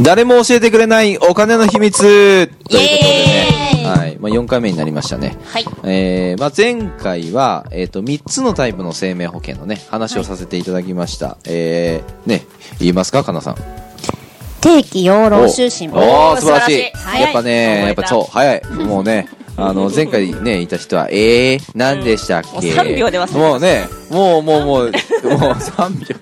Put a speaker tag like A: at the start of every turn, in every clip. A: 誰も教えてくれないお金の秘密ということ
B: イエー
A: で
B: イ
A: ね、はいまあ、4回目になりましたね、
B: はい
A: えーまあ、前回は、えー、と3つのタイプの生命保険の、ね、話をさせていただきました、えーね、言いますか、かなさん。
B: 定期養老就寝
A: おーおー素晴らしい
B: 素晴らしい早い
A: やっぱね
C: 覚
A: や
C: え
A: ったぱそう早いもう ねあの前回ねいた人はええー、何でしたっけ、
C: うんもう3秒で忘れてた
A: もうねもうもうもうもう3秒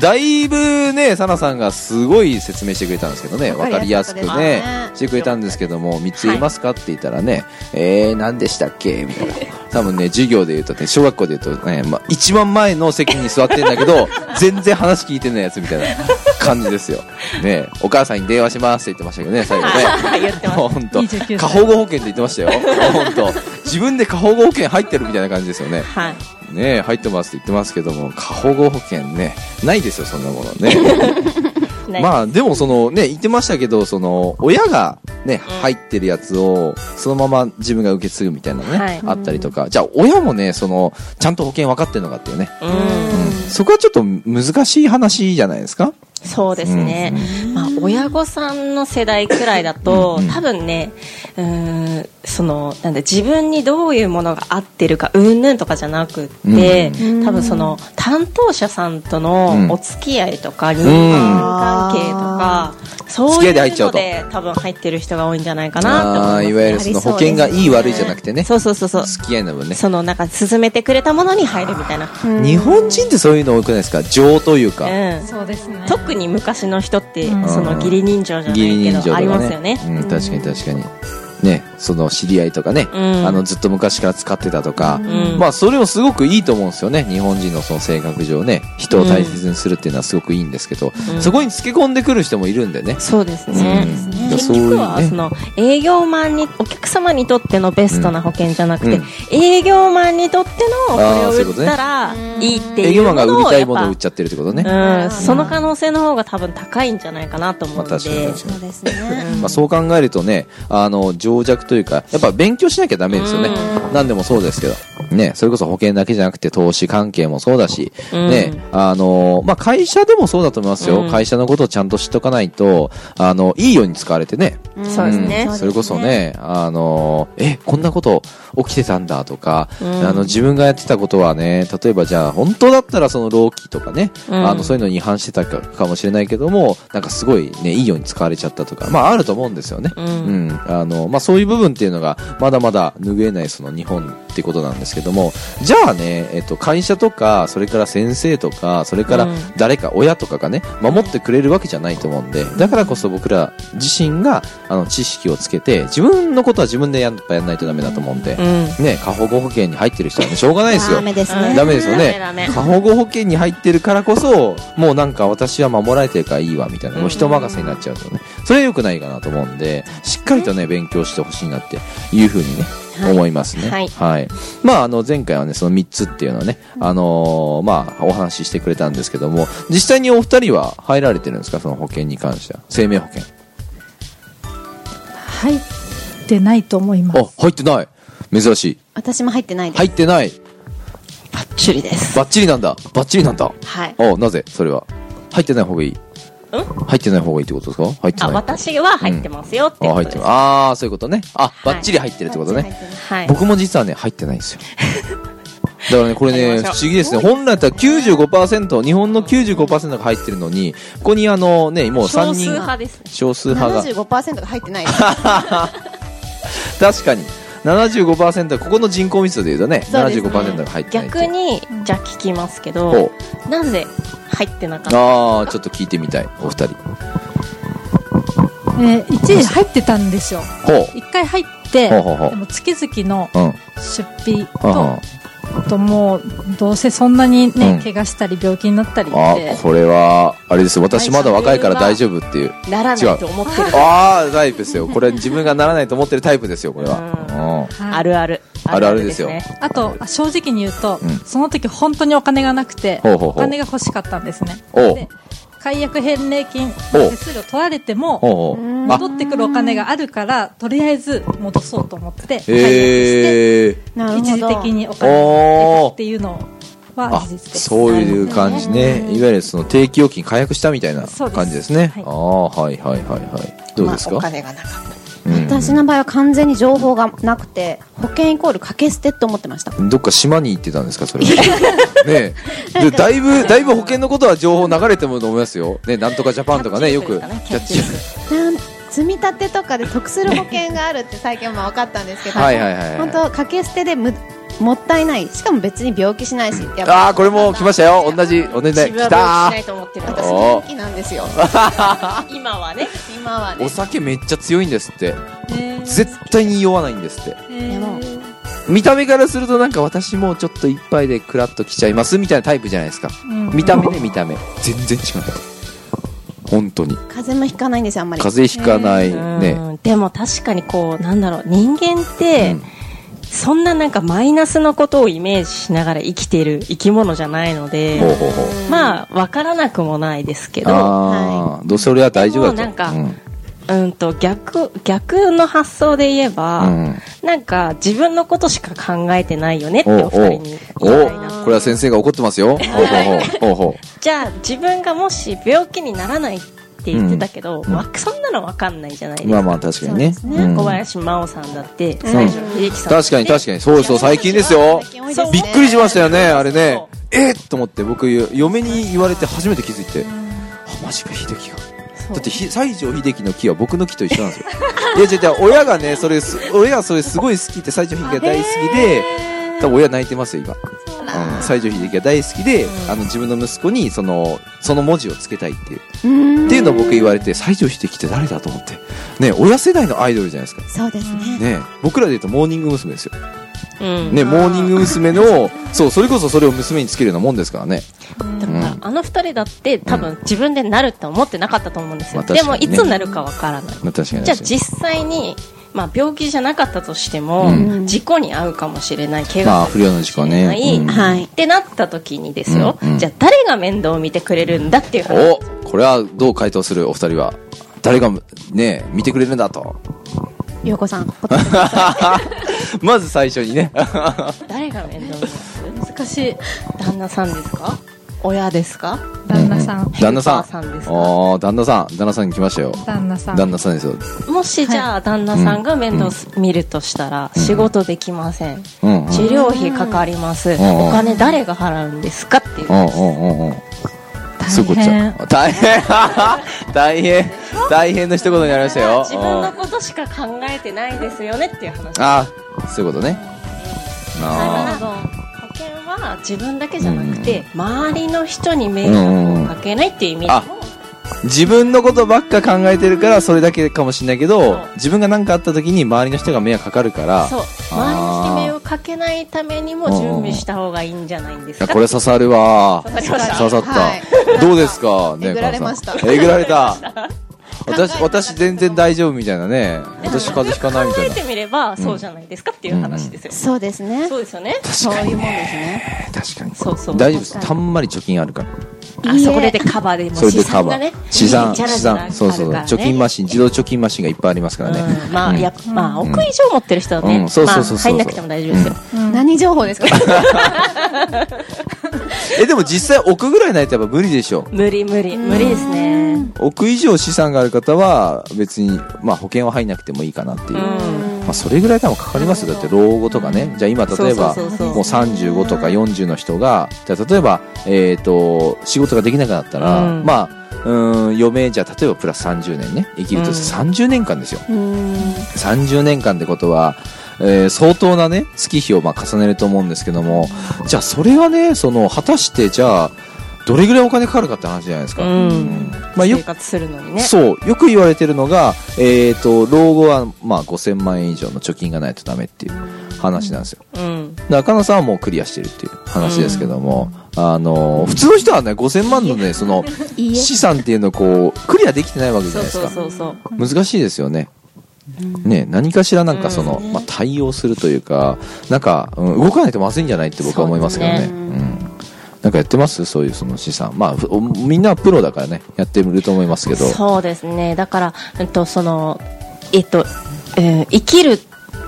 A: だいぶねサナさんがすごい説明してくれたんですけどねわ
B: わ
A: か
B: か
A: り
B: り
A: や
B: や
A: す
B: す
A: く
B: か
A: ね
B: ったですね
A: してくれたんですけども3つ言いますかって言ったらね、えー、何でしたっけみたいな多分ね授業で言うとね小学校で言うとね、ま、一番前の席に座ってんだけど全然話聞いてないやつみたいな感じですよ、ね、お母さんに電話しますって言ってましたけどね最後ね
C: 言ってます
A: 本当
C: 29歳
A: 過保護保険って言ってましたよ本当自分で過保護保険入ってるみたいな感じですよね
C: はい。
A: ね入ってますって言ってますけども過保護保険ねないですよそんなものね
C: ない
A: まあでもそのね言ってましたけどその親がね入ってるやつをそのまま自分が受け継ぐみたいなのね、
C: はい
A: あったりとかじゃあ親もねそのちゃんと保険分かってるのかっていうね、
C: う
B: うん
C: ん。
A: そこはちょっと難しい話じゃないですか
C: そうですね。まあ、親御さんの世代くらいだと
A: うん、
C: 多分ね、うーん、その、なんだ、自分にどういうものが合ってるか、うんぬんとかじゃなくって
B: う、ん
C: 多分その、担当者さんと
A: うん
C: のお付き合いとか、人間関係とか、そう
A: 付き合い
C: い
A: で入っ
C: う
A: ちゃう
C: の
A: と
C: で、多分入ってる人が多いんじゃないかなって思
A: あ
C: いま
A: あー
C: すね。
A: いわゆるその保険がいい悪いじゃなくてね
C: そうそうそうそう。
A: 付き合いの分ね
C: その、なんか、進めてくれたものに入るみたいな。
A: 日本人ってそういうの多くないですか情というか、
C: うん。
D: そうですね
C: 特に昔の人って、
D: うん
C: その義理人情じゃない
A: 義理
C: け
A: 人情と
C: ど
A: か
C: あ
A: ね
C: りますよね
A: うん、確かに確かにねその知り合いとかね、
C: うん
A: あのずっと昔から使ってたとか、
C: ん
A: まあそれもすごくいいと思うんですよね日本人のその性格上ね人を大切にするっていうのはすごくいいんですけど、
C: うん
A: そこにつけ込んでくる人もいるんでね、
C: そうです
A: うん
C: ね、結
A: そういう
C: 局
A: ね
C: はその営業マンにお客様にとってのベストな保険じゃなくて、
A: うん
C: 営業マンにとってのこれ
A: あー
C: を
A: そういうこ
C: 売
A: と
C: っ
A: ね
C: たらいいって
A: 営
C: い
A: 業
C: う
A: マンが売りたいも
C: や
A: のを
C: っぱ
A: 売っちゃってるってことね、
C: うん、その可能性の方が多分高いんじゃないかなと思うの
A: まあ確かに
C: で、
A: 確か
B: そうですね
A: まあ、そう考えるとねあの情弱というかやっぱ勉強しなきゃダメですよね、何でもそうですけど、ね、それこそ保険だけじゃなくて投資関係もそうだし、
C: うん
A: ねあのまあ、会社でもそうだと思いますよ、
C: うん
A: 会社のことをちゃんと知っとかないとあのいいように使われてね。
B: うん
C: そうですね
A: んそれこそね、あのえ、こんなこと起きてたんだとか、
C: うん
A: あの、自分がやってたことはね、例えばじゃあ、本当だったらその老期とかね、
C: うん
A: あの、そういうのに違反してたかかもしれないけども、なんかすごいね、いいように使われちゃったとか、まああると思うんですよね。
C: うん
A: うん、あの、まあ、そういう部分っていうのが、まだまだ拭えないその日本ってことなんですけども、じゃあね、えっと、会社とか、それから先生とか、それから
C: うん
A: 誰か、親とかがね、守ってくれるわけじゃないと思うんで、だからこそ僕ら自身が、あの、知識をつけて、自分のことは自分でやっぱやんないとダメだと思うんで、
C: うん
A: ね、過保護保険に入ってる人はね、しょうがないですよ
B: ダ。メです
C: う
B: ね
C: ん
A: ダメですよね
C: ダメダメ
A: 過保護保険に入ってるからこそもうなんか私は守られてるからいいわみたいなもう人任せになっちゃうとねそれは良くないかなと思うんでしっかりとね勉強してほしいなっていうふうにね
C: はい
A: 思いますね。
C: はい
A: まあ、あの、前回はね、その3つっていうのはね、あのーまあ、お話ししてくれたんですけども、実際にお二人は入られてるんですかその保険に関しては。生命保険。
D: 入ってないと思いま
A: あ
D: す、
A: 入ってない珍しい。
B: 私も入ってないです
A: 入ってない
C: バッチリです
A: バッチリなんだバッチリなんだ
B: はい
A: おなぜそれは入ってない方がいい入ってない方がいいってことですか入ってな
C: あ
A: い
C: 私は入ってますよって
A: あ
C: こ
A: 入
C: と
A: って
C: です、
A: るああそういうことねあ
C: い
A: バッチリ入ってるってこと
B: 入
A: ね
B: てない
C: はい
A: 僕も実はね入ってないんですよだからねこれ
C: 入
A: ね
C: り
A: 不
C: ましょう
A: 思議ですね本来だったら95%日本の95%が入ってるのにここにあのねもう3
C: 少数
A: 人
C: 派ですね
A: 少数派が
B: 75%が入ってないです
A: 確かに75%ここの人口密度でいうとね
B: そうですね
A: 75%が入ってないってい
C: 逆
A: う
C: にじゃあ聞きますけ
A: ほ
C: ど
A: う
C: なぜ入ってなかった
A: ああちょっと聞いてみたいお二人
D: えー一時入ってたんですよ
A: ほ
D: 一回入って
A: ほうほうほう
D: でも月々の
A: ううん
D: 出費
A: あ
D: とあともうどうせそんなに
A: う
D: ね、
A: ん
D: 怪我したり病気になったりっ
A: あ
D: て
A: これはあれです私まだ若いから大丈夫っていう
C: ならないと思ってる
A: ああタイプですよこれ自分がならないと思ってるタイプですよこれは、
D: はい
C: あるある
A: あるあるですよ
C: ね
D: あとあ正直に言うと、
A: うん
D: その時本当にお金がなくて
A: ほうほうほう
D: お金が欲しかったんですね
A: おう
D: で解約返礼金
A: おう
D: 手数料取られて
A: うん、
D: も
A: ほうほうあ
D: 戻ってくるお金があるからとりあえず戻そうと思って解約して
A: へえ
B: なるほど
D: 一時的にお金を得た
A: お
D: っていうのをは
A: あ
D: 事実です。
A: そういう感じね、いわゆるその定期預金解約したみたいな
D: そうです
A: 感じですね、
D: はい
A: ああはいはいはいはいどうですか、
B: まあお金がなかった。
A: うん
B: 私の場合は完全に情報がなくて保険イコール掛け捨てと思ってました
A: どっか島に行ってたんですかそ れはねえでだいぶだいぶ保険のことは情報流れてもと思いますよねなんとかジャパンとかねよくキャッチ
B: なん積み立てとかで得する保険があるって最近は分かったんですけど
A: はいはいはいはい
B: 本当掛け捨てでむもったいないしかも別に病気しないしやっぱ
A: ああこれも来ましたよ同じ同じね
C: 自分
A: 来
C: は
A: た
C: 病気しないと思ってる
B: 私元気なんですよ
C: 今はね
B: 今は
A: お
B: ね
A: 酒めっちゃ強いんですって
D: えー
A: 絶対に酔わないんですって
D: えー
B: でも
A: 見た目からするとなんか私もちょっと一杯でクラッときちゃいますみたいなタイプじゃないですか
D: うん
A: 見た目ね見た目全然違う本当に
B: 風邪もひかないんですよあんまり
A: 風邪ひかないね
C: うんでも確かにこうなんだろう人間っ
A: う
C: て
A: ん
C: そんななんかマイナスのことをイメージしながら生きてる生き物じゃないので
A: ほうほうほう
C: まあわからなくもないですけど
A: ああどうせ俺は大丈夫だと
C: でもなんか
A: うん
C: うんと逆逆の発想で言えば、
A: うん
C: なんか自分のことしか考えてないよねってお二人に
A: お
C: 言いたいな
A: これは先生が怒ってますよ。ほうほうほうほうほ
C: じゃあ自分がもし病気にならないって言ってたけど、
A: うん
C: わそんなの分かんないじゃないで
A: う。
C: すか、
A: まあまあ確かにね。
B: そうですね
A: うん
C: 小林真央さんだって
B: ん
C: 西城秀樹さんだって
A: 確かに確かに。そうそう、最近ですよ
B: 最。近多いですね
A: びっくりしましたよね、あれね
C: そ。
A: えっと思って、僕、嫁に言われて初めて気づいて、あ、マジか、秀樹が。だってひ西城秀樹の木は僕の木と一緒なんですよ いや違う違う親がねそれす親がそれすごい好きって西城秀樹が大好きで多分親泣いてますよ今、うん、西城秀樹が大好きで、あの自分の息子にそのその文字をつけたいっていう
B: うん
A: っていうのを僕言われて西城秀樹って誰だと思ってね親世代のアイドルじゃないですか
B: そうですね
A: ね僕らで言うとモーニング娘。ですよ
C: うん
A: ねモーニング娘。のそうそれこそそれを娘につけるようなもんですからね
C: だから
A: うん
C: あの二人だって多分自分でなるって思ってなかったと思うんですよ、
A: まあ確
C: で
A: か
C: も
A: にね
C: いつになるかわからない
A: まあ確かに
C: じゃ
A: 確
C: あ
A: かに
C: 実際に、まあ、病気じゃなかったとしても、
A: うん
C: 事故に遭うかもしれない怪
A: まあ
C: 我
A: 不良の事故ね
C: ない、
A: うん
B: はい
C: ってなった時にですよ、
A: うんうん
C: じゃあ誰が面倒を見てくれるんだっていう話
A: おこれはどう回答するお二人は誰がね見てくれるんだと
B: ようこさん答えて
A: まず最初にね
C: 誰が面倒を見ます
D: 難しい
C: 旦那さんですか親ですか
D: 旦那さん、
A: 旦那さん
C: お母さんですか
A: ああ旦那さん旦那さん来ましたよ
D: 旦那さん
A: 旦那さんですよ、
C: もしじゃあ旦那さんが面倒す見るとしたら仕事できません、
A: うんうん、
C: 治療費かかります、
A: ん
C: お金誰が払うんですかっていう、
A: うんうんうんうんそういうことじゃん大変 大 変大変な一言になりましたよ
C: 自分のことしか考えてないですよねっていう話
A: ああそういうことね
C: だから
A: あ
C: 保険は自分だけじゃなくて、周りの人に迷惑をかけないっていう意 味でも、
A: うんあ自分のことばっか考えてるからそれだけかもしれないけど
C: そう
A: 自分が何かあった時に周りの人が迷惑かかるから
C: そう周りの人に迷惑をかけないためにも準備した方がいいんじゃないんで
A: い
C: す
A: や
C: か
A: これ刺さるわ
C: 刺さりました
A: 刺さった、
B: はい
A: どうですかね
B: えぐられました
A: カンさんえぐられた私私全然大丈夫みたいなね私風邪ひかないみ
C: 考
A: たい
C: え
A: な
C: てみればそうじゃないですかっていう話ですよ、
B: そうですね
C: そうですよね
B: そういうもんですね
A: 確かに
C: そうそう
A: 大丈夫ですたんまり貯金あるから
C: あそこでカバーでも
A: それ
C: 資
A: でカ
C: 産
A: バ
C: がね
A: ー資産
C: ジャラ
A: 資
C: ジャラ
A: 産そうそう
C: あるからね
A: 貯金マシン自動貯金マシンがいっぱいありますからね
C: うんまあ、やっぱまあ、億以上持ってる人はね、
A: うんそうそうそうそう
C: まあ、入んなくても大丈夫ですよ。
B: 何情報ですか
A: えでも実際億ぐらいないとやっぱ無理でしょ
C: 無理無理、無理ですね。
A: 億以上資産がある方は別にまあ保険は入んなくてもいいかなっていう
C: うん。
A: まあ、それぐらい多分かかりますよだって老後とかね、じゃあ今例えば
C: そうそうそうそう
A: もう35とか40の人がじゃあ例えば、えー、と仕事ができなくなったら、
C: うん
A: まあうーん余命じゃあ例えばプラス30年ね生きるとして30年間ですよ、30年間ってことは、えー相当なね月日をまあ重ねると思うんですけどもじゃあそれはねその果たしてじゃあどれぐらいお金かかるかって話じゃないですか、
C: うん
A: まあ、よ
C: 生活するのにね。
A: そうよく言われてるのが、えー、と老後はまあ5000万円以上の貯金がないとダメっていう話なんですよ
C: うん。
A: だから赤さんはもうクリアしてるっていう話ですけども、あの普通の人はね5000万のねその
B: いいえ
A: 資産っていうのをこうクリアできてないわけじゃ
C: そ
A: ない
C: う
A: です
C: そう
A: か
C: そうそう。
A: 難しいですよねね、何かしらなんかその、
B: うん
A: まあ、対応するというかなんか、うん、動かないとまずいんじゃないって僕は思いますけどね
C: そう
B: ですね
A: うん、なんかやってますそういうその資産まあふみんなプロだからねやってると思いますけど
C: そうですね。だから、えっと、その、えっと、えー生きる、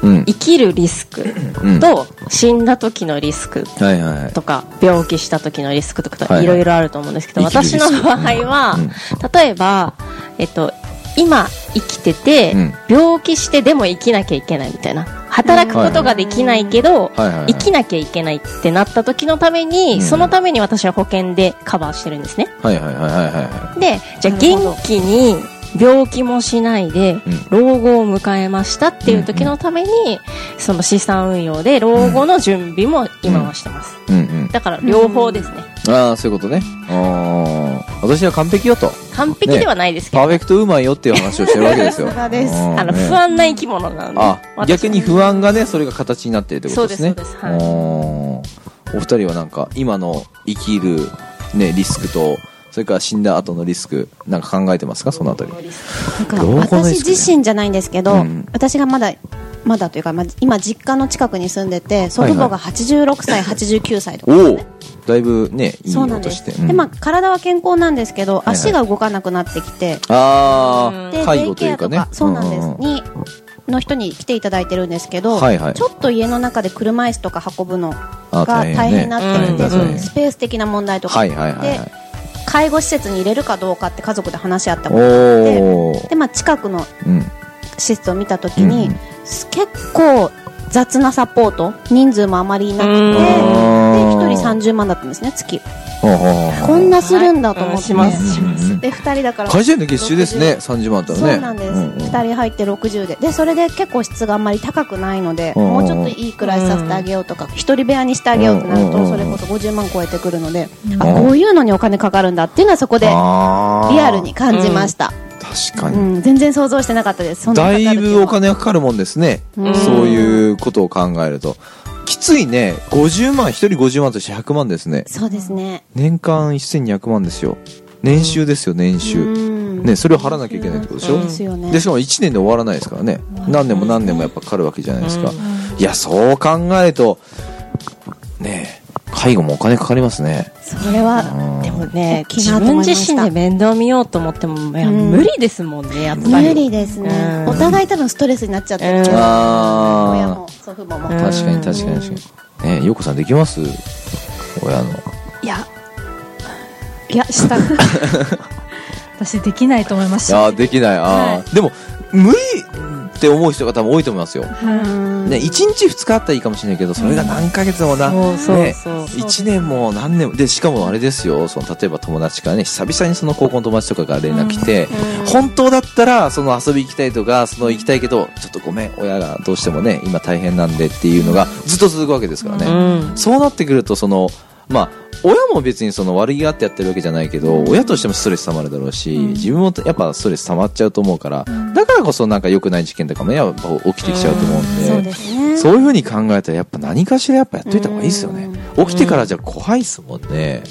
A: うん
C: 生きるリスク
A: うん
C: と、死んだ時のリスク
A: はいはいはい
C: とか病気した時のリスクと
A: はいは
C: か
A: い
C: いろいろあると思うんですけど、
A: 生きる
C: 私
A: リ
C: の
A: スク
C: 場合は、
A: うん
C: 例えば、えっと、今生きてて、
A: うん
C: 病気してでも生きなきゃいけないみたいな働くことができないけど、
A: はいはいはい
C: 生きなきゃいけないってなった時のために、
A: うん
C: そのために私は保険でカバーしてるんですね
A: はいはいはいはいは
C: でじゃあ
B: なるほど
C: 元気に病気もしないで、
A: ん
C: 老後を迎えましたっていう時のために、その資産運用で老後の準備も今はしてます、
A: いうんうん
C: だから両方ですね、
A: ああそういうことねああ私は完璧よと
C: 完璧ではないですけ
A: パ
C: ど、
A: ーフェクトウーマンよっていう話をしてるわけですよ
B: さすがです
A: うん
C: あの
A: ね
C: 不安な生き物なんで
A: あ
C: 私
A: 逆に不安がねそれが形になってるってことですね
C: そうですそうですはい
A: おーお二人はなんか今の生きる、ね、リスクとそれから死んだ後のリスクなんか考えてますかそのあたり
B: なんか
A: 老後のリスクね
B: 私自身じゃないんですけど、
A: うん
B: 私がまだまだというか、まあ、今実家の近くに住んでて祖父母が86歳、89歳とか、
A: おおだいぶねいい
B: そうな
A: 音
B: んで
A: して
B: す、でまあ、体は健康なんですけど
A: いはい
B: 足が動かなくなってきて、
A: ああ
B: で
A: ー介護というか
B: デ
A: ね
B: イケアそうなんで
A: う
B: す、
A: んうんうん
B: にの人に来ていただいてるんですけど、
A: はいはい
B: ちょっと家の中で車椅子とか運ぶの
A: あ
B: が
A: 大変ね
B: 大変になってきて、
C: 大変だね
B: スペース的な問題とか
A: は
B: あっ
A: い
B: て、
A: はいはいはい
B: 介護施設に入れるかどうかって家族で話し合ったことがあって
A: おお
B: で、まあ、近くの
A: うん
B: 施設を見た時に、
A: うん
B: 結構雑なサポート人数もあまりいなく
C: う
B: てで
C: ん
B: 1人30万だったんですね月
A: ほうほうほうほう
B: こんなするんだと
C: う
B: 思
C: ん
B: って、
C: しますします、
A: うん
B: で2人だから
A: 会社員の月収ですね30万だった
B: そ
A: らね
B: うなんです、
A: んん
B: 2人入って60ででそれで結構質があんまり高くないので、
A: うんうん
B: もうちょっといいくらいさせてあげようとか、一人部屋にしてあげようとなる
A: うんうんう
B: と
A: ん
B: それこそ50万超えてくるので、
A: ん
B: あこういうのにお金かかるんだっていうのはそこで
A: あー
B: リアルに感じました、
A: 確
B: う
A: かに、
B: ん全然想像してなかったですそんなかか
A: だ
B: るって
A: い
B: い
A: ぶ
B: うの
A: お
B: は
A: 金がかかるもんですね、
B: うん
A: そういうことを考えるときついね50万1人50万として100万ですね
B: そうですね
A: 年間1200万ですよ年収ですよ年収、
B: ね
A: ね、それを払わなきゃいけないってことでしょ、
C: うん
B: ですよね
A: でしかも1年で終わらないですからね何年も何年もやっぱかかるわけじゃないですか、
C: うん
A: いやそう考えるとねえ介護もお金かかりますね
B: それは
C: でもね
B: 大きい
C: 自
B: なと思
C: 分
B: いました
C: 自身で面倒見ようと思ってもいや
B: うん
C: 無理ですもんねやっぱ
B: 無
C: り
B: 理ですね
C: うん
B: お互い多分ストレスになっちゃってる
C: うん
B: 親
A: あ
B: も祖父母も
A: あ
C: うん
A: 確かに確かに確かにねえようこさんできます親の
D: いや
C: いやした
D: 私できないと思いまし
A: い
D: た
A: やーできないあー、でも無理って思う人が多分多いと思いますよ、ね、
B: うん
A: 1日2日あったらいいかもしれないけどそれが何ヶ月もな、
C: そうそう
A: ね
C: そう
A: 1年も何年もでしかもあれですよその例えば友達からね久々にその高校の友達とかから連絡来て、本当だったらその遊び行きたいとかその行きたいけどちょっとごめん親がどうしてもね今大変なんでっていうのがずっと続くわけですからね、
C: うん
A: そうなってくるとそのまあ親も別にその悪気があってやってるわけじゃないけど、親としてもストレス溜まるだろうし、自分もやっぱストレス溜まっちゃうと思うから、だからこそなんか良くない事件とかもねやっぱ起きてきちゃうと思うんで、
B: そうですね
A: そういうふうに考えたらやっぱ何かしらやっぱやっといた方がいいですよね。起きてからじゃ怖いですもんね。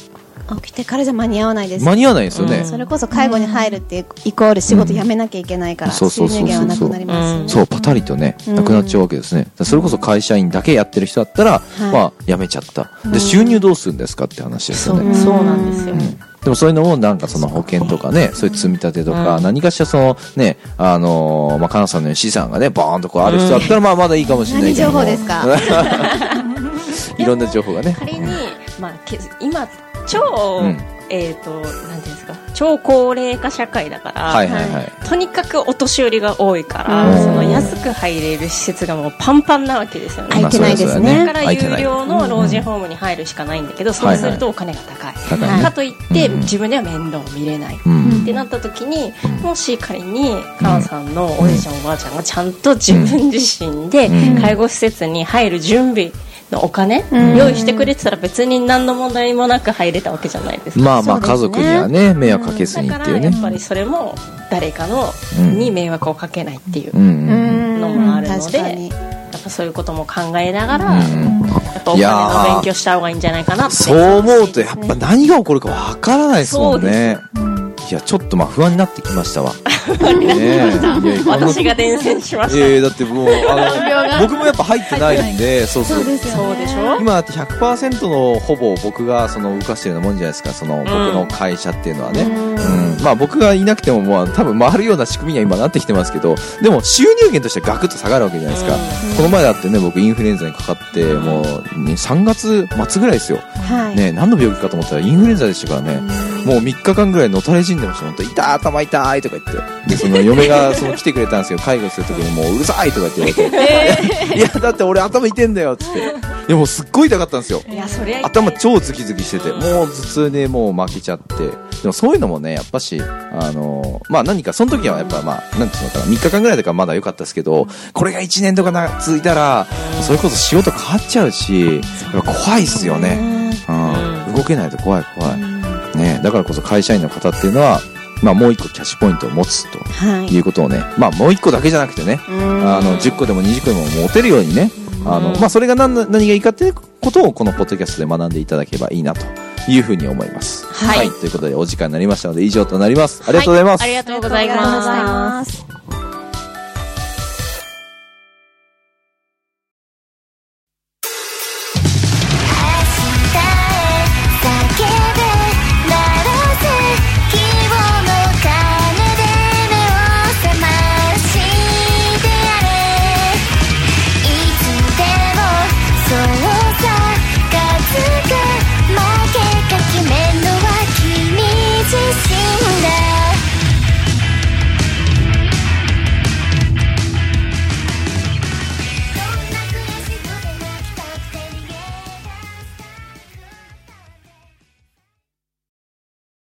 B: 起きてからじゃ間に合わないです
A: 間に合わないですよ
C: う
A: ね
C: ん。
B: それこそ介護に入るってイコール仕事辞めなきゃいけないから
A: うんそう
B: 収
A: そうそうそう
B: 入源はなくなりますよ
C: うん
B: ね
A: そう、パタリとね、なくなっちゃうわけですね。だからそれこそ会社員だけやってる人だったら、
B: い
A: まあ、辞めちゃった。で、収入どうするんですかって話ですよ
C: そ
A: ね。
C: うそうなんですよ
A: でもそういうのもなんかその保険とかね、そういう積み立てとか、
C: うん
A: 何かしらそのね、あのーまあ、カナさんのように資産がね、バーンとこうある人だったら、まあまだいいかもしれない
B: 何
A: けど
B: 情
A: も。
B: 報ですか
A: いろんな情報がね。
C: 仮に、まあ、け今超、
A: うん
C: えっ、となんていうんですか超高齢化社会だから、
A: はいはいはい。
C: とにかくお年寄りが多いから、
A: うん
C: その安く入れる施設がもうパンパンなわけですよね、
B: 空いてないですね
C: だから
A: 空いて
C: 有
A: ない
C: 料の老人ホームに入るしかないんだけど、そうするとお金が高い、
A: だから
B: はい
A: ね
C: か。といって、
A: うん
C: 自分では面倒を見れない、
A: う
B: うん
A: ん
C: ってなった時に
A: うん
C: もし仮に母さんのおじいちゃんおばあちゃんがちゃんと自分自身で
A: うん
C: 介護施設に入る準備のお金、
B: ん
C: 用意してくれてたら別に何の問題もなく入れたわけじゃないですか、
A: まあまあ、
B: そうですね
A: 家族にはね、迷惑かけずに
C: だ
A: っ
C: か
A: てい
C: ら
A: う
C: や
A: ね
C: っ。ぱりそれも誰かの
A: うん
C: に迷惑をかけないっていう、
A: うんうんうん。
C: のもあるので
B: 確かに
C: やっぱそういうことも考えながら、
A: うん
C: やっぱお
A: い
C: 金
A: やー
C: の勉強した方がいいんじゃないかなって
A: そう思うとやっぱ何が起こるかわからないですもんね。いや、ちょっとまあ不安になってきましたわ。ねえいや
C: 私が伝染しま
A: い
C: し
A: やいやだってもうあの僕もやっぱ入ってないんで、そうそう。
D: ですよね
C: そうでしょ
A: 今だって100%のほぼ僕がその動かしてるようなもんじゃないですか、その僕の会社っていうのはね。うんまあ僕がいなくてもまあ多分回るような仕組みには今なってきてますけど、でも収入源としてはガクッと下がるわけじゃないですか。この前だってね、僕インフルエンザにかかって、もう、ね、3月末ぐらいですよ。
B: はい。
A: ね、何の病気かと思ったらインフルエンザでしたからね、もう3日間ぐらいのたれ死んでました、本当、痛ー、頭痛ーいとか言って、でその嫁が その来てくれたんですけど、介護するときに、もううるさいとかって言われて、いや、だって俺、頭痛いんだよっつって、いや、もうすっごい痛かったんですよ、
C: たいやそりゃ痛い
A: 頭超ズキズキしてて、もう頭痛でもう負けちゃって、でもそういうのもね、やっぱし、あのまあ何か、その時はやっぱまあ、なんていうのかな、3日間ぐらいだからまだ良かったですけど、これが1年とかな続いたら、それこそ仕事変わっちゃうし、やっぱ怖いっすよね。うん動けないと怖い怖い。ねだからこそ会社員の方っていうのは、まあもう一個キャッシュポイントを持つと
B: はい
A: いうことをね、まあもう一個だけじゃなくてね、
B: うん
A: あの10個でも20個でも持てるようにね、あのまあ、それが何の何がいいかっていうことをこのポッドキャストで学んでいただければいいなというふうに思います。
C: はい
A: ということでお時間になりましたので以上となります。ありがとうございます。
C: ありがとうござい
B: ありがとうござい
C: ます
B: ます。